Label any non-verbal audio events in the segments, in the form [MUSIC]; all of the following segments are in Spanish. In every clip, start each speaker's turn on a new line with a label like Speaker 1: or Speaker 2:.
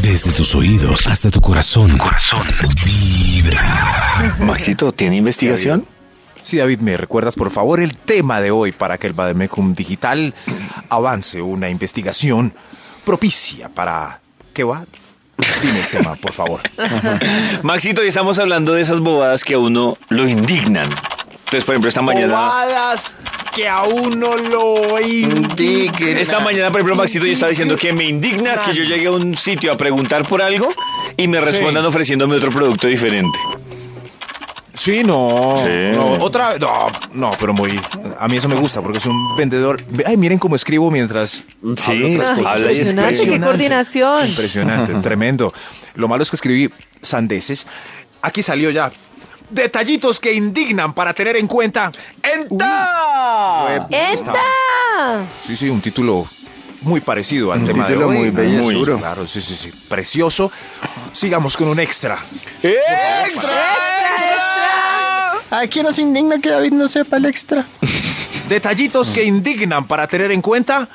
Speaker 1: Desde tus oídos hasta tu corazón. Corazón. Vibra.
Speaker 2: Maxito, ¿tiene investigación?
Speaker 3: Sí, David, ¿me recuerdas por favor el tema de hoy para que el Bademecum Digital avance una investigación propicia para... ¿Qué va? Dime el tema, por favor.
Speaker 2: Maxito, hoy estamos hablando de esas bobadas que a uno lo indignan. Entonces, por ejemplo, esta mañana...
Speaker 3: Bobadas que a uno lo indiquen.
Speaker 2: Esta mañana, por ejemplo, Maxito ya está diciendo que me indigna que yo llegue a un sitio a preguntar por algo y me respondan ofreciéndome otro producto diferente.
Speaker 3: Sí, no.
Speaker 2: Sí.
Speaker 3: no, Otra vez. No, no, pero muy. A mí eso me gusta porque es un vendedor. Ve- Ay, miren cómo escribo mientras.
Speaker 2: Sí,
Speaker 3: hablo otras cosas.
Speaker 2: habla y
Speaker 4: impresionante,
Speaker 2: escribe.
Speaker 4: qué coordinación.
Speaker 3: Impresionante, tremendo. Lo malo es que escribí sandeces. Aquí salió ya. Detallitos que indignan para tener en cuenta. ¡Enta!
Speaker 4: Eh, ¡Esta!
Speaker 3: Sí, sí, un título muy parecido al tema
Speaker 5: título
Speaker 3: de hoy.
Speaker 5: muy bello, seguro.
Speaker 3: claro, sí, sí, sí. Precioso. Sigamos con un extra.
Speaker 5: Aquí nos indigna que David no sepa el extra.
Speaker 3: [LAUGHS] Detallitos que indignan para tener en cuenta.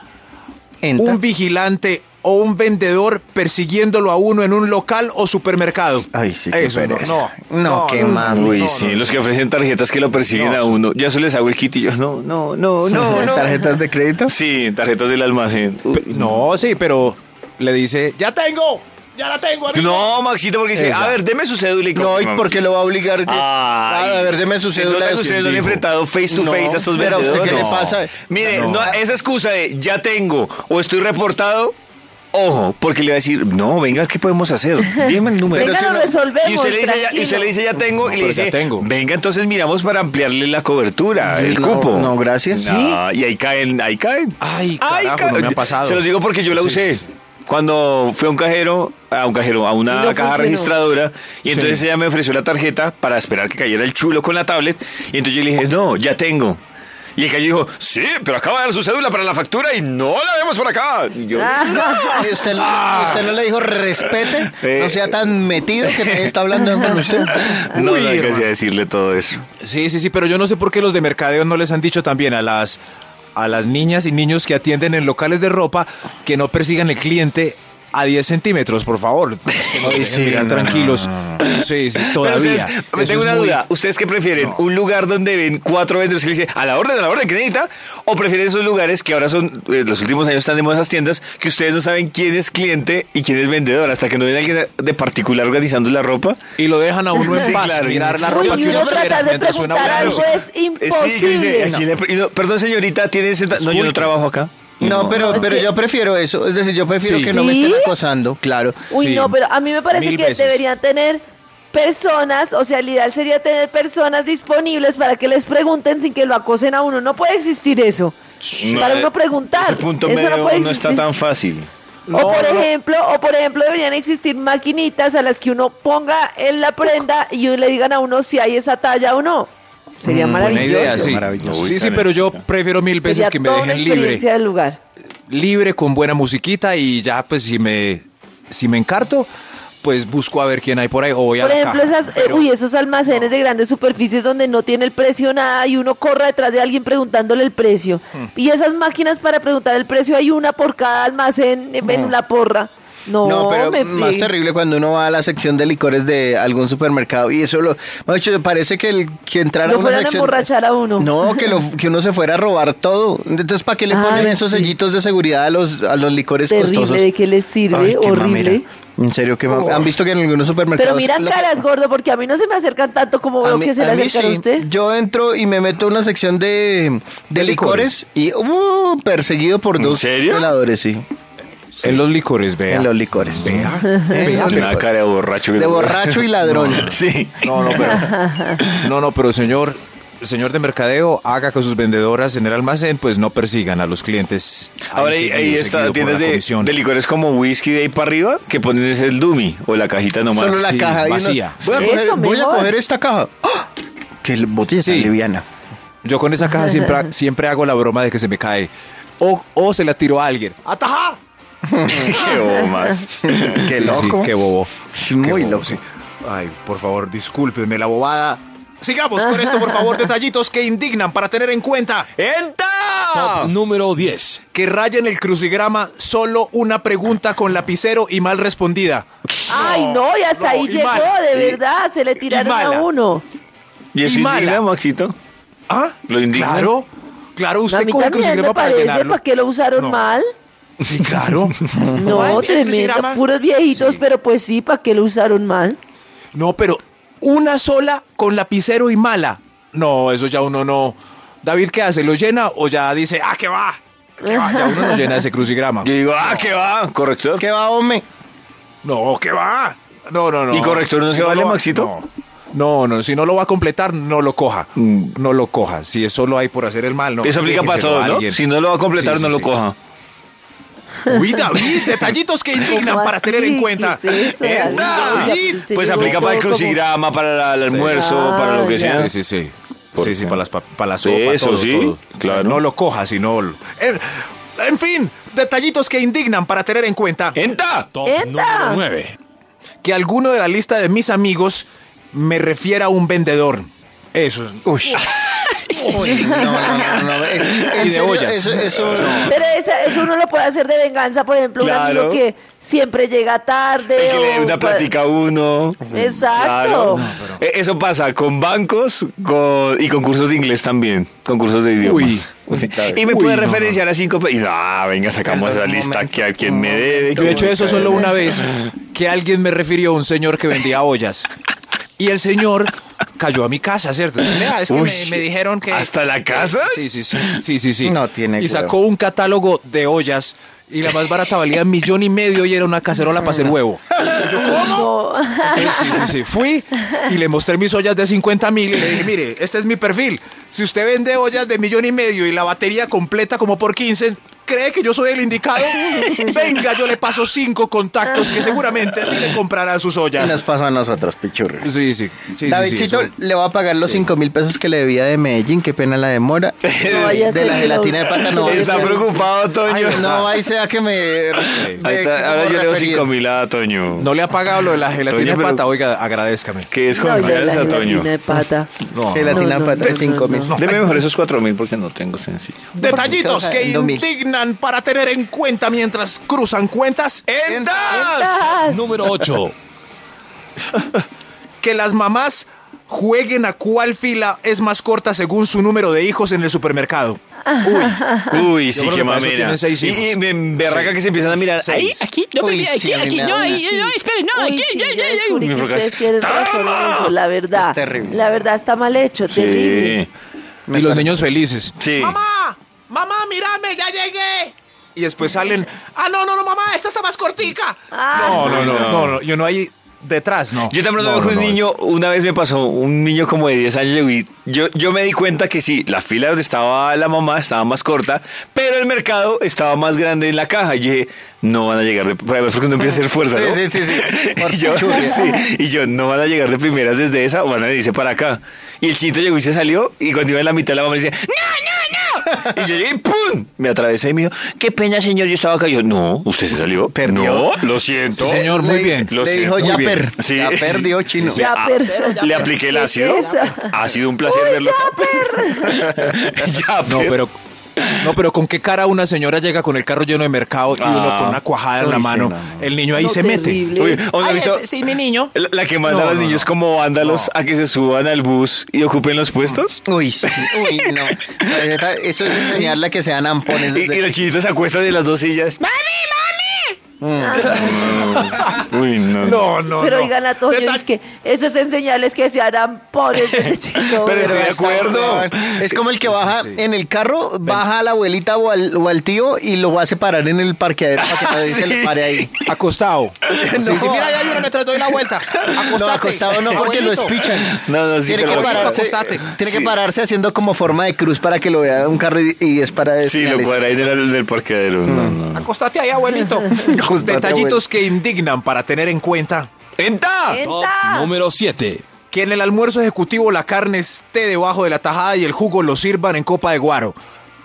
Speaker 5: Enta.
Speaker 3: un vigilante o un vendedor persiguiéndolo a uno en un local o supermercado.
Speaker 5: Ay, sí, qué
Speaker 3: Eso, no,
Speaker 5: pereza.
Speaker 3: no,
Speaker 5: Ah, No, qué mal.
Speaker 2: Uy,
Speaker 3: no,
Speaker 2: sí,
Speaker 3: no,
Speaker 2: los que ofrecen tarjetas que lo persiguen
Speaker 3: No,
Speaker 2: a
Speaker 3: sí.
Speaker 2: uno. Ya eso les hago el kit y yo, no, no, no,
Speaker 5: [LAUGHS]
Speaker 2: no, no.
Speaker 5: ¿Tarjetas de crédito?
Speaker 2: Sí, tarjetas del almacén.
Speaker 3: pe- no, sí, pero le dice, ya tengo, ya la tengo. amigo".
Speaker 2: No, Maxito, porque dice, a ver, deme su cédula y
Speaker 5: No, ¿y por qué lo va a obligar?
Speaker 2: Ay.
Speaker 5: Ah, a ver, deme su
Speaker 2: Se
Speaker 5: cédula.
Speaker 2: nota que
Speaker 5: de
Speaker 2: ustedes no han
Speaker 5: científico. [LAUGHS]
Speaker 2: enfrentado face to
Speaker 5: No,
Speaker 2: face a estos
Speaker 5: pero ¿a usted
Speaker 2: vendedores.
Speaker 5: qué le
Speaker 2: No.
Speaker 5: pasa?
Speaker 2: Mire,
Speaker 5: No.
Speaker 2: no, esa excusa de ya tengo o estoy reportado, ojo, porque le va a decir, no, venga, ¿qué podemos
Speaker 4: [LAUGHS]
Speaker 2: hacer? Dime el número.
Speaker 4: Venga,
Speaker 2: Pero
Speaker 4: lo resolvemos,
Speaker 2: Y usted, le dice, ya, y usted
Speaker 4: tranquilo.
Speaker 2: le dice, ya tengo, y le
Speaker 3: Pero ya
Speaker 2: dice,
Speaker 3: tengo.
Speaker 2: venga, entonces miramos para ampliarle la cobertura, el
Speaker 5: No,
Speaker 2: cupo.
Speaker 5: no, gracias.
Speaker 2: No, Y ahí caen, ahí caen.
Speaker 3: Ay, carajo, no me ha pasado.
Speaker 2: Se los digo porque yo la
Speaker 3: Sí,
Speaker 2: usé.
Speaker 3: sí, sí.
Speaker 2: Cuando fui a un cajero, a un cajero, a una
Speaker 4: Y no
Speaker 2: caja
Speaker 4: funcionó.
Speaker 2: registradora, y entonces ella me ofreció la tarjeta para esperar que cayera el chulo con la tablet, y entonces yo le dije, no, ya tengo. Y el cajero dijo, sí, pero acaba de dar su cédula para la factura y no la vemos por acá. Y yo,
Speaker 5: Ah. ¿Y usted, no- usted no le dijo respete?
Speaker 2: Eh.
Speaker 5: No sea tan metido que nadie está hablando con usted.
Speaker 2: no,
Speaker 3: Uy,
Speaker 2: no alcancé
Speaker 3: hermano.
Speaker 2: a decirle todo eso.
Speaker 3: Sí, sí, sí, pero yo no sé por qué los de mercadeo no les han dicho también a las, a las niñas y niños que atienden en locales de ropa que no persigan el cliente a 10 centímetros, por favor. Dejen
Speaker 5: sí,
Speaker 3: mirar
Speaker 5: no.
Speaker 3: tranquilos. Sí, sí,
Speaker 2: Pero
Speaker 3: todavía.
Speaker 2: ustedes,
Speaker 3: Eso
Speaker 2: me tengo
Speaker 3: es
Speaker 2: una
Speaker 3: muy-
Speaker 2: duda. ¿Ustedes qué prefieren? ¿Un lugar donde ven cuatro vendedores que le dicen a la orden, a la orden que necesita? ¿O prefieren esos lugares que ahora son, eh, los últimos años están de moda esas tiendas, que ustedes no saben quién es cliente y quién es vendedor? Hasta que no ven a alguien de particular organizando la ropa.
Speaker 3: Y lo dejan a uno en
Speaker 2: Sí,
Speaker 3: paz,
Speaker 2: claro, y-
Speaker 3: mirar la
Speaker 4: Uy,
Speaker 3: ropa
Speaker 4: y
Speaker 3: que uno
Speaker 4: uno
Speaker 3: quiera
Speaker 4: tratar de
Speaker 3: mientras suena
Speaker 4: preguntar
Speaker 3: una
Speaker 4: algo
Speaker 3: música.
Speaker 4: es
Speaker 2: Eh, sí, que dice,
Speaker 4: imposible.
Speaker 2: ¿a quién le pre- y no, perdón, señorita, ¿tiene ese ta- No, yo no trabajo acá.
Speaker 5: [LAUGHS] No, pero,
Speaker 4: No, es
Speaker 5: pero
Speaker 4: que-
Speaker 5: yo prefiero eso. Es decir, yo prefiero
Speaker 3: Sí.
Speaker 5: que no me
Speaker 4: ¿Sí?
Speaker 5: estén acosando, claro.
Speaker 4: Uy,
Speaker 3: Sí,
Speaker 4: no, pero a mí me parece
Speaker 3: mil
Speaker 4: que
Speaker 3: veces.
Speaker 4: deberían tener personas, o sea, el ideal sería tener personas disponibles para que les pregunten sin que lo acosen a uno. No puede existir eso.
Speaker 3: eh,
Speaker 4: para uno preguntar.
Speaker 2: Ese punto
Speaker 4: eso
Speaker 2: medio
Speaker 4: no puede
Speaker 2: no está
Speaker 4: existir.
Speaker 2: tan fácil.
Speaker 4: o por ejemplo, o por ejemplo, deberían existir maquinitas a las que uno ponga en la prenda y le digan a uno si hay esa talla o no. Sería
Speaker 3: Mm, Buena
Speaker 4: maravilloso.
Speaker 3: idea, sí.
Speaker 2: maravilloso.
Speaker 3: Sí, sí, pero yo prefiero mil veces
Speaker 4: Sería
Speaker 3: que me
Speaker 4: toda una
Speaker 3: dejen libre.
Speaker 4: experiencia del lugar.
Speaker 3: Libre con buena musiquita y ya, pues si me, si me encarto, pues busco a ver quién hay por ahí o voy a
Speaker 4: Por
Speaker 3: la
Speaker 4: ejemplo,
Speaker 3: caja,
Speaker 4: esas, eh,
Speaker 3: pero-
Speaker 4: uy, esos almacenes de grandes superficies donde no tiene el precio nada y uno corre detrás de alguien preguntándole el precio.
Speaker 3: Mm.
Speaker 4: Y esas máquinas para preguntar el precio, hay una por cada almacén eh,
Speaker 3: Mm.
Speaker 4: en la porra. No,
Speaker 5: No, pero
Speaker 4: me
Speaker 5: más
Speaker 4: fui.
Speaker 5: terrible cuando uno va a la sección de licores de algún supermercado y eso lo... Macho, parece que, el, que entrar
Speaker 4: Lo
Speaker 5: a una
Speaker 4: fueran a
Speaker 5: sección...
Speaker 4: emborrachar a uno.
Speaker 5: No,
Speaker 4: [LAUGHS]
Speaker 5: que, lo- que uno se fuera a robar todo. Entonces, ¿para qué le
Speaker 4: Ay,
Speaker 5: ponen esos
Speaker 4: sí.
Speaker 5: sellitos de seguridad a los, a los licores
Speaker 4: Terrible,
Speaker 5: costosos?
Speaker 4: ¿de qué les sirve?
Speaker 5: Ay, qué
Speaker 4: Horrible.
Speaker 5: mamera. En serio, que mam- han visto que en algunos supermercados...
Speaker 4: Pero mira
Speaker 5: lo-
Speaker 4: caras, gordo, porque a mí no se me acercan tanto como veo
Speaker 5: mí-
Speaker 4: que se le
Speaker 5: a mí
Speaker 4: acercan a
Speaker 5: sí.
Speaker 4: usted.
Speaker 5: Yo entro y me meto en una sección de, de
Speaker 3: De
Speaker 5: licores, y uh, perseguido por
Speaker 2: ¿En
Speaker 5: dos
Speaker 2: serio?
Speaker 5: veladores, sí.
Speaker 3: En los licores, vea.
Speaker 5: En los licores.
Speaker 3: Vea,
Speaker 5: En
Speaker 3: vea.
Speaker 5: los
Speaker 2: Una
Speaker 5: licores.
Speaker 2: cara de borracho. que-
Speaker 3: [LAUGHS]
Speaker 5: De borracho y ladrón.
Speaker 2: Sí.
Speaker 3: No, no,
Speaker 5: [LAUGHS]
Speaker 3: pero. No, no, pero señor. Señor de mercadeo, haga que sus vendedoras en el almacén pues no persigan a los clientes. Ahí
Speaker 2: Ahora ahí,
Speaker 3: seguido,
Speaker 2: ahí
Speaker 3: seguido
Speaker 2: está,
Speaker 3: por
Speaker 2: tiendas
Speaker 3: la
Speaker 2: de,
Speaker 3: comisión.
Speaker 2: de licores como whisky de ahí para arriba que ponen es el dummy o la cajita nomás. [LAUGHS]
Speaker 5: Solo la
Speaker 3: sí,
Speaker 5: caja. y uno-
Speaker 3: vacía.
Speaker 5: voy, a
Speaker 4: Sí.
Speaker 5: coger,
Speaker 4: Eso
Speaker 5: voy a
Speaker 4: mejor.
Speaker 5: coger esta caja. ¡Ah! Que el botella está
Speaker 3: Sí.
Speaker 5: liviana.
Speaker 3: Yo con esa caja
Speaker 5: [LAUGHS]
Speaker 3: siempre, siempre hago la broma de que se me cae. O, o se la tiró a alguien.
Speaker 5: Ah,
Speaker 3: ¡Ataja!
Speaker 2: Qué bombas.
Speaker 5: [LAUGHS]
Speaker 3: [LAUGHS] Sí,
Speaker 5: Qué
Speaker 3: sí,
Speaker 5: loco.
Speaker 3: qué bobo. Qué
Speaker 5: Muy
Speaker 3: bobo,
Speaker 5: loco.
Speaker 3: sí. Ay, por favor, discúlpenme la bobada. Sigamos con esto, por favor. Detallitos que indignan para tener en cuenta.
Speaker 2: ¡Enta! ¡Epa!
Speaker 6: Top número 10.
Speaker 3: Que raya en el crucigrama solo una pregunta con lapicero y mal respondida.
Speaker 4: Ay, no, y hasta
Speaker 3: no,
Speaker 4: ahí
Speaker 3: y
Speaker 4: llegó,
Speaker 3: mal,
Speaker 4: de
Speaker 3: y-
Speaker 4: verdad, se le
Speaker 3: y
Speaker 4: tiraron a
Speaker 3: mala.
Speaker 4: uno.
Speaker 2: ¿Y eso
Speaker 3: Y mala.
Speaker 2: indigna, Maxito?
Speaker 3: ¿Ah?
Speaker 2: ¿Lo indigna?
Speaker 3: Claro, claro,
Speaker 4: A
Speaker 3: usted
Speaker 4: mí
Speaker 3: coge el
Speaker 4: también
Speaker 3: crucigrama
Speaker 4: me
Speaker 3: para
Speaker 4: parece,
Speaker 3: llenarlo.
Speaker 4: ¿para qué lo usaron
Speaker 3: No.
Speaker 4: mal?
Speaker 3: Sí, claro. Ay,
Speaker 4: [LAUGHS]
Speaker 2: pues,
Speaker 4: No,
Speaker 3: mira, el
Speaker 4: tremendo,
Speaker 3: crucigrama.
Speaker 4: puros viejitos,
Speaker 3: Sí.
Speaker 4: pero pues sí, ¿para qué lo usaron mal?
Speaker 3: No, pero una sola con lapicero y mala. No, eso ya uno no. David, ¿qué hace? ¿Lo llena o ya dice, ah, que va? ¿Qué va? Ya uno no llena ese
Speaker 2: [LAUGHS]
Speaker 3: crucigrama.
Speaker 2: Yo digo, ah, ¿qué va? ¿Corrector?
Speaker 5: ¿Qué
Speaker 3: [LAUGHS]
Speaker 5: va, hombre?
Speaker 3: No, ¿qué va? No, no, no.
Speaker 2: ¿Y corrector no se vale,
Speaker 3: lo va-
Speaker 2: Maxito?
Speaker 3: No. no, no, si no lo va a completar, no lo coja.
Speaker 2: Mm.
Speaker 3: No lo coja. Si eso lo hay por hacer el mal, no.
Speaker 2: Eso aplica para
Speaker 3: déjeselo a
Speaker 2: todos, ¿no?
Speaker 3: alguien.
Speaker 2: Si no lo va a completar,
Speaker 3: Sí,
Speaker 2: no
Speaker 3: sí,
Speaker 2: lo
Speaker 3: sí.
Speaker 2: coja.
Speaker 3: Uy, David, detallitos que indignan
Speaker 4: [LAUGHS] ¿Cómo
Speaker 3: para
Speaker 4: así?
Speaker 3: tener en
Speaker 4: ¿Qué
Speaker 3: cuenta.
Speaker 4: es eso,
Speaker 3: ¡Eh,
Speaker 4: David?
Speaker 3: David!
Speaker 4: Usted
Speaker 2: Pues
Speaker 4: llegó
Speaker 2: aplica para el
Speaker 4: todo como-
Speaker 2: crucigrama, para la- el
Speaker 3: Sí.
Speaker 2: almuerzo,
Speaker 4: Ah,
Speaker 2: para lo que
Speaker 4: ya.
Speaker 2: sea.
Speaker 3: Pues Sí, sí, sí. Sí, sí, para, las pa- para la sopa,
Speaker 2: Eso
Speaker 3: todo,
Speaker 2: sí,
Speaker 3: todo.
Speaker 2: claro.
Speaker 3: No lo coja, sino... lo- Eh, en fin, detallitos que indignan para tener en cuenta
Speaker 2: ¡Enta!
Speaker 6: Top
Speaker 4: ¡Eta!
Speaker 6: número 9.
Speaker 3: que alguno de la lista de mis amigos me refiera a un vendedor. Eso es...
Speaker 5: Uy, no, no, no, no. es- en
Speaker 3: Y de
Speaker 5: serio,
Speaker 3: ollas.
Speaker 5: Eso, eso-
Speaker 4: Pero esa- eso uno lo puede hacer de venganza, por ejemplo, un
Speaker 2: Claro.
Speaker 4: amigo que siempre llega tarde.
Speaker 2: El que le dé
Speaker 4: o
Speaker 2: una
Speaker 4: pa-
Speaker 2: plática a uno.
Speaker 4: Exacto.
Speaker 2: Claro. E- Eso pasa con bancos con- y con cursos de inglés también. Con cursos de idiomas.
Speaker 3: Uy.
Speaker 2: Sí. Y me
Speaker 3: Uy,
Speaker 2: puede
Speaker 3: no,
Speaker 2: referenciar a cinco. pe- Y ah, venga, sacamos
Speaker 5: Perdón,
Speaker 2: esa
Speaker 5: un
Speaker 2: lista
Speaker 5: momento,
Speaker 2: que a quien
Speaker 5: un
Speaker 2: me debe.
Speaker 3: Yo he hecho eso solo una vez, que alguien me refirió a un señor que vendía ollas. Y el señor cayó a mi casa, ¿cierto? Vea, es que
Speaker 2: Uy,
Speaker 3: me, me dijeron que...
Speaker 2: ¿hasta la casa?
Speaker 3: Sí, sí, sí, sí, sí, sí.
Speaker 5: No tiene
Speaker 3: Y
Speaker 5: huevo.
Speaker 3: sacó un catálogo de ollas y la más barata valía millón y medio y era una cacerola para hacer huevo.
Speaker 4: No.
Speaker 3: Sí, sí, sí, sí. Fui y le mostré mis ollas de 50 mil y le dije, mire, este es mi perfil. Si usted vende ollas de millón y medio y la batería completa como por 15, ¿cree que yo soy el indicado? Venga, yo le paso cinco contactos que seguramente sí le comprarán sus
Speaker 5: y nos
Speaker 3: ollas.
Speaker 5: pasó a nosotros, pichurri.
Speaker 3: Sí, sí, sí. sí,
Speaker 5: Davidcito
Speaker 3: sí, eso.
Speaker 5: le va a pagar los cinco mil pesos que le debía de Medellín, qué pena la
Speaker 3: [LAUGHS]
Speaker 5: demora.
Speaker 4: No vaya a
Speaker 5: de
Speaker 4: ser
Speaker 5: la
Speaker 4: que
Speaker 5: gelatina
Speaker 4: lo-
Speaker 5: de pata no vaya a
Speaker 2: Está
Speaker 5: ser-
Speaker 2: preocupado,
Speaker 5: Ay,
Speaker 2: Toño.
Speaker 5: no, ahí sea que me... de-
Speaker 2: Ahí está,
Speaker 5: como
Speaker 2: ahora yo le doy
Speaker 5: referido.
Speaker 2: 5 mil a Toño.
Speaker 3: No le ha pagado lo de la gelatina
Speaker 2: Toño,
Speaker 3: de
Speaker 2: pero-
Speaker 3: pata, oiga, agradezcame.
Speaker 2: Que es
Speaker 4: No, ya la
Speaker 2: confianza, Toño.
Speaker 4: gelatina de pata.
Speaker 3: No,
Speaker 5: Gelatina
Speaker 4: no,
Speaker 5: de
Speaker 4: no,
Speaker 5: pata,
Speaker 4: no, no,
Speaker 5: cinco mil.
Speaker 4: no.
Speaker 2: Deme mejor esos 4 mil porque no tengo sencillo.
Speaker 3: Detallitos que
Speaker 5: Dos mil.
Speaker 3: indignan para tener en cuenta mientras cruzan cuentas. ¡Entas!
Speaker 6: Número 8.
Speaker 3: [LAUGHS] Que las mamás jueguen a cuál fila es más corta según su número de hijos en el supermercado.
Speaker 2: Uy,
Speaker 3: Yo
Speaker 2: sí,
Speaker 3: creo
Speaker 2: qué
Speaker 3: que para eso
Speaker 2: mamera.
Speaker 3: tienen seis
Speaker 2: Y, y
Speaker 3: hijos.
Speaker 2: me berraca
Speaker 3: Sí.
Speaker 2: que se empiezan a mirar. Ahí,
Speaker 3: Seis.
Speaker 2: aquí, no,
Speaker 5: Uy,
Speaker 2: aquí,
Speaker 5: sí,
Speaker 2: aquí,
Speaker 5: no,
Speaker 2: no, ahí,
Speaker 5: sí.
Speaker 2: no, espere, no,
Speaker 4: Uy,
Speaker 2: aquí,
Speaker 4: sí,
Speaker 2: ya,
Speaker 4: ya
Speaker 2: ya, ya.
Speaker 4: descubrí que
Speaker 2: Me fracasé.
Speaker 4: ustedes tienen razón en eso, la verdad.
Speaker 5: Es terrible.
Speaker 4: La verdad está mal hecho, terrible.
Speaker 2: Sí,
Speaker 3: Y los niños felices.
Speaker 2: sí.
Speaker 3: ¡Mamá! ¡Mamá, mírame! ¡Ya llegué! Y después salen. ¡Ah, no, no, no, mamá! ¡Esta está más cortica!
Speaker 4: Ah.
Speaker 3: No, no, no,
Speaker 2: No.
Speaker 3: no, no, Yo no hay detrás, no. [LAUGHS]
Speaker 2: Yo también lo
Speaker 3: No,
Speaker 2: veo que
Speaker 3: no,
Speaker 2: un
Speaker 3: no,
Speaker 2: niño, una vez me pasó, un niño como de 10 años, llegó y yo, yo me di cuenta que sí, la fila donde estaba la mamá estaba más corta, pero el mercado estaba más grande en la caja. Y yo dije, no van a llegar de primeras, porque no empieza a hacer fuerza,
Speaker 5: Sí,
Speaker 2: ¿no?
Speaker 5: sí, sí, sí.
Speaker 2: [LAUGHS]
Speaker 5: Por
Speaker 2: y, yo,
Speaker 5: pichurri.
Speaker 2: sí, y yo, no van a llegar de primeras desde esa, van a irse para acá. Y el chinito llegó y se salió, y cuando iba en la mitad la mamá le decía, ¡no, no, no! Y yo llegué y ¡pum! Me atravesé y me dijo, qué pena, señor, yo estaba acá. Y yo, no, usted se salió.
Speaker 5: Perdió.
Speaker 2: No, lo siento.
Speaker 3: Sí, señor, muy
Speaker 5: Le-
Speaker 3: bien.
Speaker 2: Lo
Speaker 5: le
Speaker 2: siento.
Speaker 5: dijo ya
Speaker 2: Muy bien.
Speaker 5: per. Ya per, dijo chino.
Speaker 2: sí, sí.
Speaker 4: Ya
Speaker 2: Ah,
Speaker 4: per.
Speaker 2: Le apliqué el
Speaker 4: ¿Qué
Speaker 2: ácido.
Speaker 4: es esa?
Speaker 2: Ha sido un placer verlo. [LAUGHS] ya,
Speaker 3: No,
Speaker 2: per.
Speaker 3: pero. No, pero con qué cara una señora llega con el carro lleno de mercado y uno
Speaker 2: Ah.
Speaker 3: con una cuajada en la
Speaker 5: Uy, sí,
Speaker 3: mano.
Speaker 5: no, no.
Speaker 3: El niño ahí
Speaker 4: No,
Speaker 3: se mete.
Speaker 4: terrible.
Speaker 2: Oye, ¿o no
Speaker 3: Ay,
Speaker 2: hizo-
Speaker 3: eh, sí, mi niño.
Speaker 2: la- La que manda
Speaker 3: No,
Speaker 2: a los
Speaker 3: no,
Speaker 2: niños
Speaker 3: no.
Speaker 2: como vándalos a que se suban al bus y ocupen los puestos.
Speaker 5: Uy, sí, uy, no. Eso es enseñarle que sean ampones.
Speaker 2: Y, y los chinitos se acuestan de las dos sillas. ¡Mami, mami! Uy, no.
Speaker 3: No, no,
Speaker 4: Pero
Speaker 3: no.
Speaker 4: oigan a todos,
Speaker 3: Deta-
Speaker 4: es que eso es enseñarles que se harán
Speaker 2: [LAUGHS]
Speaker 4: pobres desde
Speaker 2: Pero
Speaker 4: chico. ¿verdad?
Speaker 2: estoy de acuerdo.
Speaker 5: Es como el que baja
Speaker 3: sí.
Speaker 5: en el carro, baja a la abuelita o al, o al tío y lo va a separar en el parqueadero
Speaker 2: [LAUGHS]
Speaker 5: para que nadie se le pare ahí.
Speaker 3: Acostado. Sí, sí, mira, ya hay una mientras doy la vuelta. Acostate.
Speaker 5: [LAUGHS] No, acostado no, porque lo
Speaker 3: Abuelito.
Speaker 5: espichan.
Speaker 2: No, no, sí,
Speaker 5: tiene
Speaker 2: pero
Speaker 5: que
Speaker 2: lo-
Speaker 5: pararse,
Speaker 3: acostate.
Speaker 5: tiene
Speaker 2: Sí.
Speaker 5: que pararse haciendo como forma de cruz para que lo vea un carro y, y es para
Speaker 2: Sí, lo
Speaker 5: señales.
Speaker 2: cuadráis del, del parqueadero. No, no.
Speaker 3: Acostate ahí, abuelito.
Speaker 5: Acostate,
Speaker 3: Detallitos que indignan para tener en cuenta.
Speaker 2: ¡Enta!
Speaker 4: Eh.
Speaker 6: Top
Speaker 4: Enta.
Speaker 6: número 7.
Speaker 3: Que en el almuerzo ejecutivo la carne esté debajo de la tajada y el jugo lo sirvan en copa de guaro.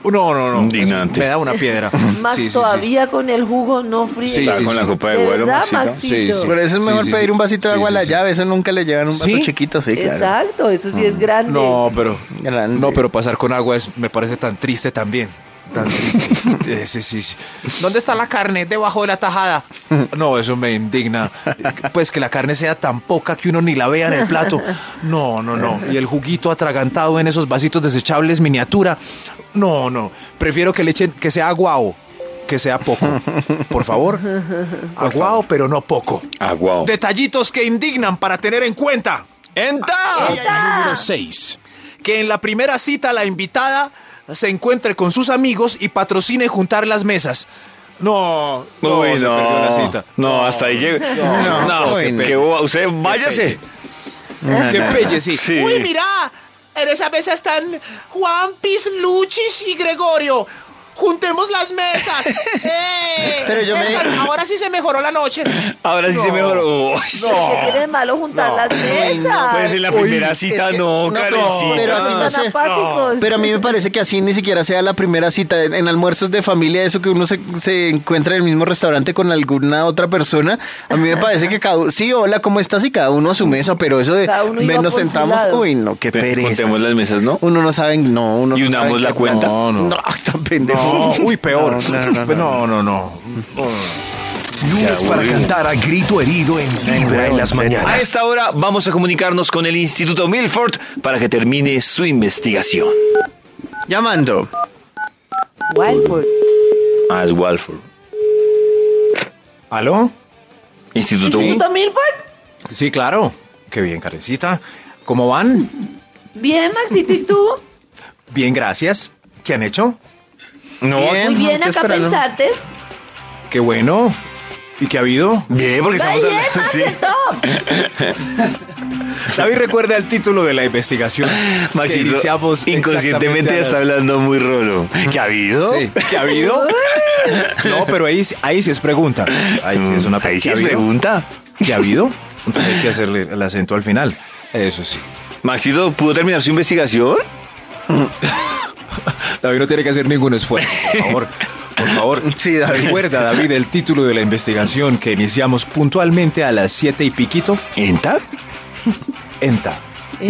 Speaker 3: No, no, no.
Speaker 2: Indignante.
Speaker 3: Eso Me da una piedra.
Speaker 4: [LAUGHS] Max
Speaker 3: Sí, sí, sí.
Speaker 4: todavía con el jugo no frío.
Speaker 3: Sí, sí,
Speaker 2: con la
Speaker 3: sí.
Speaker 2: copa de
Speaker 4: ¿De
Speaker 2: guaro,
Speaker 4: verdad,
Speaker 2: Maxito.
Speaker 4: Maxito?
Speaker 3: Sí, sí.
Speaker 5: Por eso es mejor
Speaker 3: sí,
Speaker 5: pedir
Speaker 3: sí.
Speaker 5: un vasito de
Speaker 3: Sí,
Speaker 5: agua
Speaker 3: sí,
Speaker 5: a la
Speaker 3: sí.
Speaker 5: llave, eso nunca le llevan un vaso
Speaker 3: ¿Sí?
Speaker 5: chiquito, sí, claro.
Speaker 4: Exacto, eso sí es grande.
Speaker 3: No, pero.
Speaker 5: Grande.
Speaker 3: No, pero pasar con agua es, me parece tan triste también. Tan triste. Eh, sí, sí, sí. ¿Dónde está la carne? Debajo de la tajada. [LAUGHS] No, eso me indigna. Pues que la carne sea tan poca que uno ni la vea en el plato. No, no, no. Y el juguito atragantado en esos vasitos desechables miniatura. No, no. Prefiero que le echen, que sea guau. Que sea poco. Por favor. Aguao, pero no poco.
Speaker 2: Aguao.
Speaker 3: Detallitos que indignan para tener en cuenta. ¡Enta!
Speaker 6: Número 6.
Speaker 3: que en la primera cita la invitada se encuentre con sus amigos y patrocine juntar las mesas. No, no,
Speaker 2: Uy,
Speaker 3: se perdió la cita.
Speaker 2: No, hasta ahí llega. No,
Speaker 5: no,
Speaker 2: qué
Speaker 5: no.
Speaker 2: pe- qué boba. Usted váyase.
Speaker 3: Qué pelle, sí.
Speaker 2: Sí.
Speaker 7: Uy, mira, en esa mesa están Juan, Pis, Luchis y Gregorio. Juntemos las [LAUGHS] mesas. ¡Eh!
Speaker 5: Pero yo me-
Speaker 7: Esta- Ahora sí se mejoró la noche.
Speaker 2: Ahora sí se mejoró. Uy,
Speaker 4: ¿Qué tiene de malo juntar las
Speaker 3: pues,
Speaker 4: mesas?
Speaker 2: No puede ser la primera cita,
Speaker 5: es que-
Speaker 2: no,
Speaker 5: no,
Speaker 2: Karencita.
Speaker 5: pero
Speaker 4: Son
Speaker 5: así no
Speaker 3: Ah,
Speaker 4: tan
Speaker 5: sé.
Speaker 4: apáticos.
Speaker 5: Pero a mí me parece que así ni siquiera sea la primera cita. En, en almuerzos de familia, eso que uno se, se encuentra en el mismo restaurante con alguna otra persona, a mí me parece que cada sí, hola, ¿cómo estás? Y cada uno a su mesa, pero eso de
Speaker 4: Cada uno iba
Speaker 5: ven, nos
Speaker 4: por su
Speaker 5: sentamos,
Speaker 4: lado.
Speaker 5: uy, no, qué pereza.
Speaker 2: Contemos las mesas, ¿no?
Speaker 5: Uno no sabe, no, uno
Speaker 2: Y
Speaker 5: no sabe
Speaker 2: unamos
Speaker 5: qué-
Speaker 2: la cuenta.
Speaker 5: No, no. [LAUGHS] No, tan pendejo.
Speaker 3: No, Oh. uy, peor.
Speaker 5: No, no, no, no.
Speaker 3: No, no, no.
Speaker 1: Lunes para cantar a grito herido en Vibra en las mañanas.
Speaker 2: A esta hora vamos a comunicarnos con el Instituto Milford para que termine su investigación.
Speaker 5: Llamando.
Speaker 4: Wildford.
Speaker 2: Ah, es Walford.
Speaker 3: ¿Aló?
Speaker 2: Instituto.
Speaker 4: ¿Instituto Milford?
Speaker 3: Sí, claro. Qué bien, Karencita. ¿Cómo van?
Speaker 4: Bien, Maxito, ¿y tú?
Speaker 3: Bien, gracias. ¿Qué han hecho?
Speaker 2: No.
Speaker 5: Bien.
Speaker 4: Muy bien,
Speaker 5: ¿qué
Speaker 4: acá
Speaker 5: esperando?
Speaker 4: pensarte.
Speaker 3: Qué bueno. ¿Y qué ha habido?
Speaker 2: Bien, porque
Speaker 4: Va
Speaker 2: estamos
Speaker 4: bien,
Speaker 2: hablando. [LAUGHS] sí.
Speaker 4: Maxito.
Speaker 3: David recuerda el título de la investigación. que
Speaker 2: Maxito,
Speaker 3: iniciamos exactamente a
Speaker 2: inconscientemente
Speaker 3: las-
Speaker 2: está hablando muy rolo. ¿Qué ha habido?
Speaker 3: Sí. ¿Qué ha habido? No, pero ahí, ahí sí es pregunta. Ahí sí es una
Speaker 2: Mm, Ahí sí
Speaker 3: ¿Qué ha
Speaker 2: es
Speaker 3: habido?
Speaker 2: pregunta.
Speaker 3: ¿Qué ha habido? Entonces hay que hacerle el acento al final. Eso sí.
Speaker 2: Maxito, ¿pudo terminar su investigación?
Speaker 3: David no tiene que hacer ningún esfuerzo, por favor. Por favor.
Speaker 5: Sí, David.
Speaker 3: Recuerda, David, el título de la investigación que iniciamos puntualmente a las 7 y piquito.
Speaker 2: ¿Enta?
Speaker 3: ENTA.
Speaker 4: ¿Enta?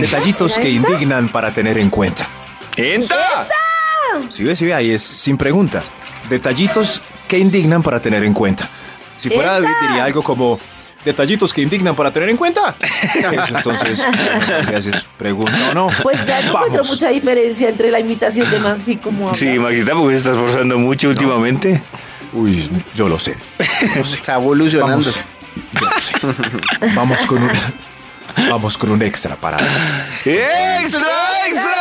Speaker 3: Detallitos
Speaker 4: ¿Era
Speaker 3: que
Speaker 4: esta?
Speaker 3: indignan para tener en cuenta.
Speaker 2: ¡Enta!
Speaker 3: Si ves, si ve, ahí es sin pregunta. Detallitos que indignan para tener en cuenta. Si fuera
Speaker 4: ¡Eta!
Speaker 3: David, diría algo como: Detallitos que indignan para tener en cuenta.
Speaker 4: [LAUGHS]
Speaker 3: Eso, entonces, gracias. Pregunta o no.
Speaker 4: Pues ya no encuentro
Speaker 3: Vamos.
Speaker 4: mucha diferencia entre la imitación de Maxi y como habla.
Speaker 2: Sí, Maxito, porque se está esforzando mucho últimamente.
Speaker 3: Uy, yo lo sé.
Speaker 5: Está evolucionando.
Speaker 3: Vamos. Yo lo sé. Vamos con un. Vamos con un extra
Speaker 4: [LAUGHS]
Speaker 3: para.
Speaker 2: ¡Extra, extra!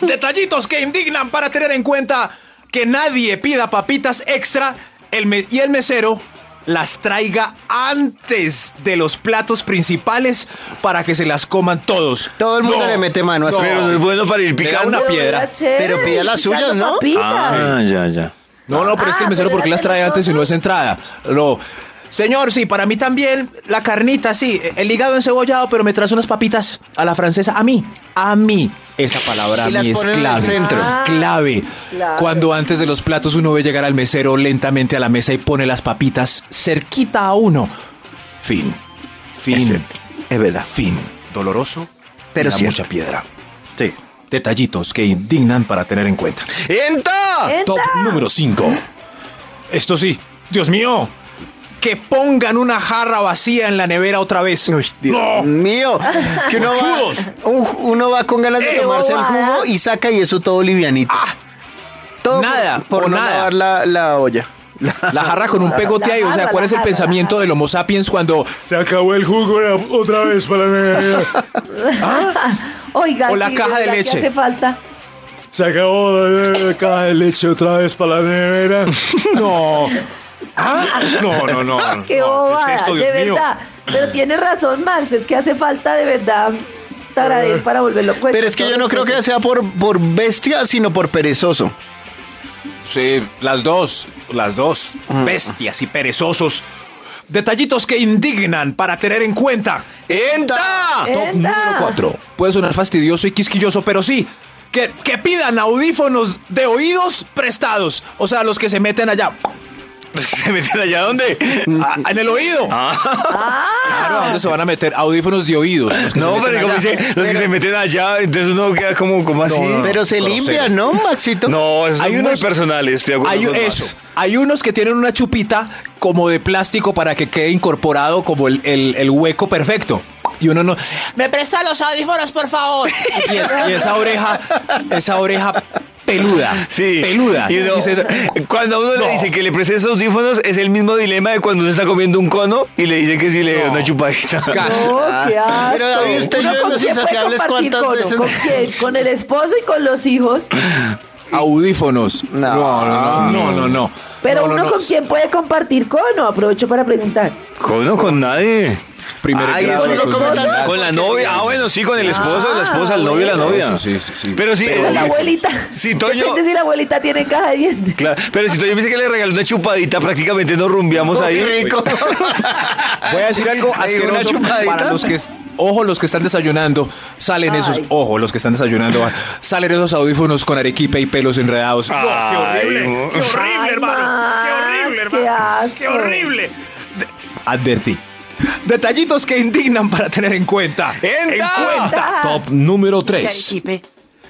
Speaker 3: Detallitos que indignan para tener en cuenta que nadie pida papitas extra el me- y el mesero las traiga antes de los platos principales para que se las coman todos.
Speaker 5: Todo el mundo
Speaker 3: No,
Speaker 5: le mete mano a
Speaker 2: Pero no es bueno para ir
Speaker 3: Pega
Speaker 2: picando.
Speaker 3: una
Speaker 4: Pero
Speaker 3: piedra.
Speaker 4: era chévere,
Speaker 5: Pero pida las
Speaker 4: picando
Speaker 5: suyas, ¿no?
Speaker 4: papitas.
Speaker 2: Ah, ya, ya.
Speaker 3: No, no, pero es que
Speaker 4: Ah,
Speaker 3: el mesero,
Speaker 4: pero
Speaker 3: ¿por qué
Speaker 4: era
Speaker 3: las
Speaker 4: de
Speaker 3: trae antes si no es
Speaker 4: nosotros.
Speaker 3: entrada? No. Señor, sí, para mí también la carnita, sí, el hígado encebollado, pero me traes unas papitas a la francesa, a mí, a mí. Esa palabra a
Speaker 5: Y las
Speaker 3: mí es
Speaker 5: ponen en el
Speaker 3: clave.
Speaker 5: centro.
Speaker 4: Ah,
Speaker 3: clave.
Speaker 4: claro.
Speaker 3: Cuando antes de los platos uno ve llegar al mesero lentamente a la mesa y pone las papitas cerquita a uno. Fin. Fin.
Speaker 5: Es verdad.
Speaker 3: Fin. Doloroso,
Speaker 5: Pero
Speaker 3: y da
Speaker 5: cierto.
Speaker 3: mucha piedra. Sí. Detallitos que indignan para tener en cuenta.
Speaker 2: ¡Enta!
Speaker 4: Entra.
Speaker 6: Top número 5.
Speaker 3: Esto sí, Dios mío, que pongan una jarra vacía en la nevera otra vez.
Speaker 5: Uy, Dios mío. Que uno, va,
Speaker 6: Churros.
Speaker 5: Uf, uno va con ganas de
Speaker 4: Eh,
Speaker 5: tomarse el
Speaker 4: bobada.
Speaker 5: jugo y saca y eso todo livianito. todo
Speaker 3: Ah. nada,
Speaker 5: por, por
Speaker 3: o
Speaker 5: no
Speaker 3: nada. Pues
Speaker 5: lavar la, la olla.
Speaker 3: La jarra con un pegote
Speaker 4: La
Speaker 3: ahí, o sea,
Speaker 4: jarra,
Speaker 3: ¿cuál
Speaker 4: la
Speaker 3: es el
Speaker 4: jarra,
Speaker 3: pensamiento
Speaker 4: la
Speaker 3: del Homo sapiens cuando se acabó el jugo otra vez para la nevera?
Speaker 4: [LAUGHS] Oiga,
Speaker 3: O la
Speaker 4: sí,
Speaker 3: caja de
Speaker 4: verdad que
Speaker 3: leche.
Speaker 4: hace falta.
Speaker 3: Se acabó la caja de leche otra vez para la nevera. [LAUGHS] No. ¿Ah? No, no, no.
Speaker 4: Qué
Speaker 3: no, ¿qué es
Speaker 4: bobada,
Speaker 3: esto, Dios
Speaker 4: de
Speaker 3: mío?
Speaker 4: verdad. Pero tiene razón, Max, es que hace falta de verdad taradez para volverlo pues, cuesta.
Speaker 5: Pero es que yo no creo que sea por, por bestia, sino por perezoso.
Speaker 3: Sí, las dos, las dos. Bestias y perezosos. Detallitos que indignan para tener en cuenta.
Speaker 2: ¡Enta!
Speaker 4: Top número 4.
Speaker 3: Puede sonar fastidioso y quisquilloso, pero sí. Que, que pidan audífonos de oídos prestados. O sea, los que se meten allá.
Speaker 2: [LAUGHS] ¿Se meten allá dónde?
Speaker 3: Ah, en el oído.
Speaker 4: Ah,
Speaker 3: Claro, ¿a dónde se van a meter? Audífonos de oídos. los que se
Speaker 2: No,
Speaker 3: meten
Speaker 2: pero como
Speaker 3: allá.
Speaker 2: dice, los que se meten allá, entonces uno queda como, como así.
Speaker 3: no,
Speaker 5: Pero se
Speaker 3: grosero.
Speaker 5: limpia, ¿no, Maxito?
Speaker 2: No, esos
Speaker 3: Hay
Speaker 2: son muy
Speaker 3: unos-
Speaker 2: personales, estoy de acuerdo
Speaker 3: Hay,
Speaker 2: con Max.
Speaker 3: eso. Hay unos que tienen una chupita como de plástico para que quede incorporado como el, el- el hueco perfecto. Y uno no.
Speaker 7: ¿Me presta los audífonos, por favor?
Speaker 3: Y, y esa oreja, esa oreja peluda.
Speaker 2: Sí.
Speaker 3: Peluda.
Speaker 2: Y uno-
Speaker 3: Dice,
Speaker 2: cuando a uno
Speaker 3: No.
Speaker 2: le dicen que le preste esos audífonos, es el mismo dilema de cuando uno está comiendo un cono y le dicen que si le da una chupadita.
Speaker 4: No, qué asco.
Speaker 5: Pero, David, usted
Speaker 4: ¿Uno
Speaker 5: y yo
Speaker 4: con
Speaker 5: en
Speaker 4: quién
Speaker 5: Los
Speaker 4: puede
Speaker 5: Insaciables,
Speaker 4: compartir
Speaker 5: ¿cuántas
Speaker 4: cono?
Speaker 5: veces?
Speaker 4: ¿Con
Speaker 5: [LAUGHS]
Speaker 4: quién? Con el esposo y con los hijos.
Speaker 3: audífonos.
Speaker 5: No.
Speaker 3: no, no, no, no. no, no.
Speaker 4: Pero
Speaker 3: No, no,
Speaker 4: uno
Speaker 3: no.
Speaker 4: con quién puede compartir cono. Aprovecho para preguntar.
Speaker 2: ¿Cono con nadie?
Speaker 3: Primer
Speaker 5: Ay,
Speaker 3: grado,
Speaker 5: eso no lo
Speaker 3: entonces,
Speaker 5: comentan
Speaker 3: no.
Speaker 5: Ah,
Speaker 2: Con la novia. Ah, bueno, sí, con el esposo, la esposa, el novio, la
Speaker 4: bueno.
Speaker 2: novia.
Speaker 3: Eso sí, sí, sí.
Speaker 2: Pero sí. eh,
Speaker 4: Pero la abuelita.
Speaker 2: Sí, Toño.
Speaker 4: Depende si la abuelita tiene caja de dientes.
Speaker 2: Claro, pero si Toño me dice que le regaló una chupadita, prácticamente nos rumbiamos
Speaker 5: Ay,
Speaker 2: ahí.
Speaker 5: pues rico.
Speaker 3: Voy a decir algo
Speaker 5: Ahí, una
Speaker 3: asqueroso
Speaker 5: chupadita.
Speaker 3: para los que es- ojo los que están desayunando, salen
Speaker 4: Ay.
Speaker 3: esos, ojo los que están desayunando, va- salen esos audífonos con arequipa y pelos enredados.
Speaker 2: Ay, mo-
Speaker 7: ¡Qué horrible,
Speaker 4: Ay,
Speaker 7: hermano! ¡Qué
Speaker 4: Max,
Speaker 7: horrible,
Speaker 4: qué
Speaker 7: hermano! ¡Qué
Speaker 4: asco.
Speaker 7: horrible!
Speaker 3: Advertí. Detallitos que indignan para tener en cuenta.
Speaker 4: Ah,
Speaker 6: Top número 3.
Speaker 8: Carichipe.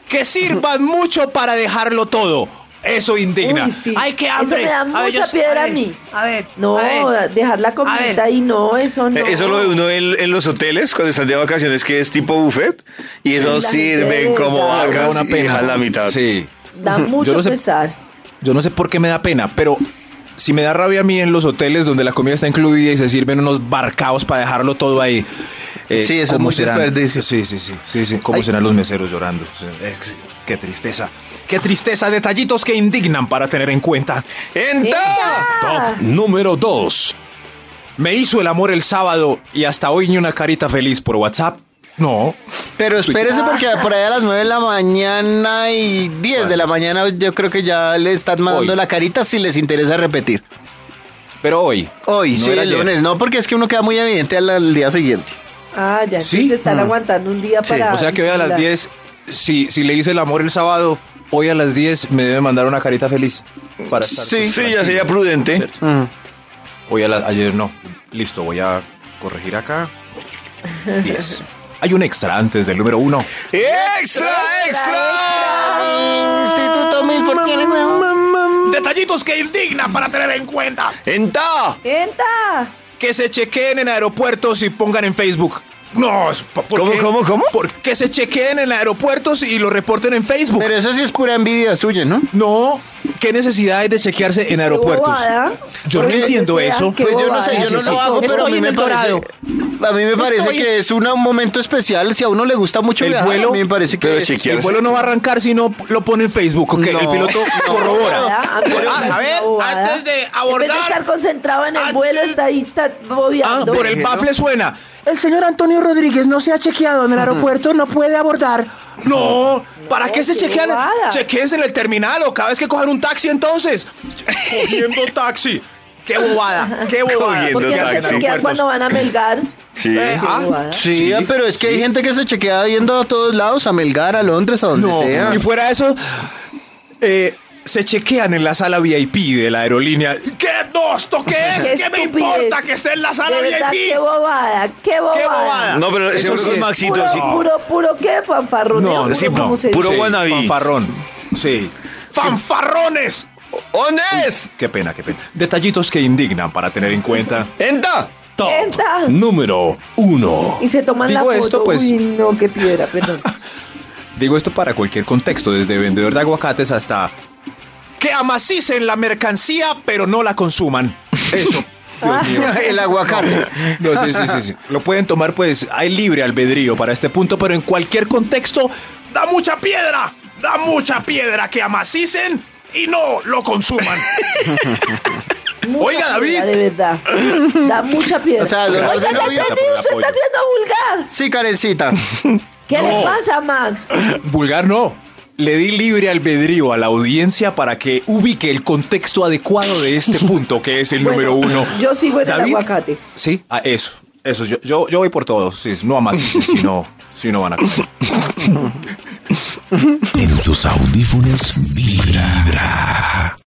Speaker 3: Que sirvan mucho para dejarlo todo. Eso indigna.
Speaker 4: Uy, sí.
Speaker 7: ¡Ay, qué
Speaker 4: Eso
Speaker 7: hambre!
Speaker 4: me da
Speaker 7: A ver,
Speaker 4: mucha
Speaker 7: yo-
Speaker 4: piedra a,
Speaker 7: ver,
Speaker 4: mí.
Speaker 7: A ver,
Speaker 4: No,
Speaker 7: a ver.
Speaker 4: dejar la
Speaker 7: a
Speaker 4: comida
Speaker 7: ver.
Speaker 4: ahí no, eso no.
Speaker 2: Eh, Eso lo ve uno en, en los hoteles cuando están de vacaciones, que es tipo buffet, y eso
Speaker 4: la
Speaker 2: sirven
Speaker 4: gente
Speaker 2: como
Speaker 4: esa.
Speaker 3: Me da
Speaker 2: vacas
Speaker 3: una
Speaker 2: y
Speaker 3: pena.
Speaker 2: dejan la mitad.
Speaker 3: Sí. [LAUGHS]
Speaker 4: Da
Speaker 3: Yo
Speaker 4: mucho
Speaker 3: no sé-
Speaker 4: pesar.
Speaker 3: Yo no sé por qué me da pena, pero si me da rabia a mí en los hoteles donde la comida está incluida y se sirven unos barcaos para dejarlo todo ahí. eh,
Speaker 5: Sí, eso es
Speaker 3: ¿cómo
Speaker 5: muy
Speaker 3: serán?
Speaker 5: desperdicio.
Speaker 3: Sí, sí, sí, sí, sí. ¿Cómo serán los meseros llorando? Sí, eh, Qué tristeza. Qué tristeza. Detallitos que indignan para tener en cuenta.
Speaker 2: ¡Enta!
Speaker 6: Top número 2.
Speaker 3: Me hizo el amor el sábado y hasta hoy ni una carita feliz por WhatsApp. No.
Speaker 5: [LAUGHS] Pero espérese porque por ahí a las 9 de la mañana y 10 de la mañana yo creo que ya le están mandando
Speaker 3: Hoy.
Speaker 5: la carita si les interesa repetir.
Speaker 3: Pero hoy.
Speaker 5: Hoy,
Speaker 3: No
Speaker 5: sí,
Speaker 3: era
Speaker 5: el
Speaker 3: ayer.
Speaker 5: lunes, no, porque es que uno queda muy evidente al, al día siguiente.
Speaker 4: Ah, ya,
Speaker 3: ¿Sí?
Speaker 4: entonces se están aguantando un día
Speaker 3: Sí,
Speaker 4: para.
Speaker 3: o sea que hoy a las
Speaker 4: disimular.
Speaker 3: 10, si, si le hice el amor el sábado, hoy a las 10 me debe mandar una carita feliz. Para estar pues,
Speaker 5: Sí.
Speaker 2: Sí, ya sería prudente.
Speaker 3: ¿Cierto? Hoy a la- ayer no. Listo, voy a corregir
Speaker 2: [LAUGHS]
Speaker 3: acá. 10. Hay un extra antes del número 1.
Speaker 2: ¡Extra, extra!
Speaker 5: Instituto Milford tiene huevo.
Speaker 7: Detallitos que indignan para tener en cuenta.
Speaker 2: ¡Enta!
Speaker 4: ¡Entra!
Speaker 3: Que se chequeen en aeropuertos y pongan en Facebook. No, es- ¿por
Speaker 2: ¿Cómo,
Speaker 3: qué?
Speaker 2: cómo, cómo?
Speaker 3: ¿Por qué se chequeen en aeropuertos y lo reporten en Facebook?
Speaker 5: Pero eso sí es pura envidia suya, ¿no?
Speaker 3: No, ¿qué necesidad hay de chequearse en aeropuertos?
Speaker 4: bobada.
Speaker 3: Yo no
Speaker 4: Porque
Speaker 3: entiendo
Speaker 4: sea,
Speaker 3: eso.
Speaker 4: qué
Speaker 5: Pues yo no
Speaker 4: bobada.
Speaker 5: sé, yo no
Speaker 3: Sí, sí,
Speaker 5: lo hago,
Speaker 3: sí.
Speaker 5: pero a
Speaker 3: Ah, Estoy
Speaker 5: mí
Speaker 3: en
Speaker 5: me
Speaker 3: el
Speaker 5: parece,
Speaker 3: dorado.
Speaker 5: a mí me parece
Speaker 3: Estoy-
Speaker 5: que es una- un momento especial si a uno le gusta mucho
Speaker 3: El
Speaker 5: viajar,
Speaker 3: vuelo-
Speaker 5: a mí me parece que
Speaker 2: Pero
Speaker 3: El
Speaker 2: chequearse.
Speaker 3: vuelo no va a arrancar si no lo pone en Facebook, ¿ok? El piloto corrobora.
Speaker 4: Bobada, Ah, a mí me parece
Speaker 7: a ver,
Speaker 4: una bobada.
Speaker 7: antes de
Speaker 4: En vez de
Speaker 7: abordar-
Speaker 4: estar concentrado en el
Speaker 7: antes-
Speaker 4: vuelo, está ahí está
Speaker 3: Ah,
Speaker 4: bobeando.
Speaker 3: por el bafle suena.
Speaker 7: El señor Antonio Rodríguez no se ha
Speaker 5: [LAUGHS]
Speaker 7: chequeado en el aeropuerto, no puede abordar.
Speaker 3: No, ¿para qué se
Speaker 4: qué
Speaker 3: chequean?
Speaker 4: bobada.
Speaker 3: Chequense en el terminal o cada vez que cojan un taxi entonces. Cogiendo taxi. Qué bobada, qué bobada.
Speaker 2: Cogiendo
Speaker 4: ¿Por qué no se
Speaker 2: taxi.
Speaker 4: chequean cuando van a melgar?
Speaker 2: Sí.
Speaker 3: Eh,
Speaker 4: Qué
Speaker 3: ah,
Speaker 4: bobada.
Speaker 5: Sí,
Speaker 3: Sí,
Speaker 5: pero es que hay gente que se chequea yendo a todos lados, a Melgar, a Londres, a donde
Speaker 3: No, [LAUGHS]
Speaker 5: sea.
Speaker 3: y fuera de eso, eh, se chequean en la sala VIP de la aerolínea.
Speaker 7: ¿Qué? No, ¿esto qué es?
Speaker 4: Qué
Speaker 7: ¿Qué, me
Speaker 4: estupidez.
Speaker 7: importa que esté en la sala
Speaker 4: De verdad,
Speaker 7: VIP?
Speaker 4: qué bobada, qué bobada.
Speaker 7: bobada.
Speaker 2: No, pero
Speaker 3: Eso
Speaker 2: seguro
Speaker 3: sí
Speaker 2: con
Speaker 3: es.
Speaker 2: Maxito.
Speaker 4: Puro,
Speaker 2: sí.
Speaker 4: puro, puro, ¿qué? Fanfarroneo.
Speaker 3: No,
Speaker 4: puro,
Speaker 3: sí,
Speaker 4: ¿cómo
Speaker 2: no,
Speaker 4: se
Speaker 2: puro
Speaker 4: dice?
Speaker 2: wannabe.
Speaker 3: Fanfarrón. Sí.
Speaker 7: ¡Fanfarrones!
Speaker 2: ¡Ones!
Speaker 3: Qué pena, qué pena. Detallitos que indignan para tener en cuenta.
Speaker 2: ¡Enta!
Speaker 6: Top
Speaker 4: Enta.
Speaker 6: número 1.
Speaker 4: Y se toman la
Speaker 3: Digo
Speaker 4: foto.
Speaker 3: esto, pues-
Speaker 4: Uy, no, qué piedra,
Speaker 3: [LAUGHS]
Speaker 4: perdón.
Speaker 3: Digo esto para cualquier contexto, desde vendedor de aguacates hasta que amacicen la mercancía, pero no la consuman.
Speaker 4: [LAUGHS]
Speaker 3: Eso. Dios mío.
Speaker 5: El aguacate.
Speaker 3: No, sí, sí, sí, sí. Lo pueden tomar, pues, hay libre albedrío para este punto, pero en cualquier contexto,
Speaker 7: ¡Da mucha piedra! ¡Da mucha piedra que amacicen y no lo consuman!
Speaker 4: Mucha
Speaker 3: Oiga, David.
Speaker 4: piedra, de verdad. Da mucha piedra.
Speaker 5: O sea, lo-
Speaker 4: Oiga,
Speaker 5: lo de
Speaker 4: ya
Speaker 5: novio-
Speaker 4: entendí, usted está haciendo vulgar.
Speaker 5: Sí, Karencita.
Speaker 4: ¿Qué
Speaker 3: No.
Speaker 4: le pasa, Max?
Speaker 3: [LAUGHS] vulgar no. Le di libre albedrío a la audiencia para que ubique el contexto adecuado de este punto, que es el
Speaker 4: [LAUGHS] Bueno,
Speaker 3: número uno.
Speaker 4: yo sigo en el aguacate.
Speaker 3: Sí, ah, eso. Eso, yo, yo, yo voy por todos. Sí, no amacicen si no, si no van a comer.
Speaker 1: En tus audífonos vibra.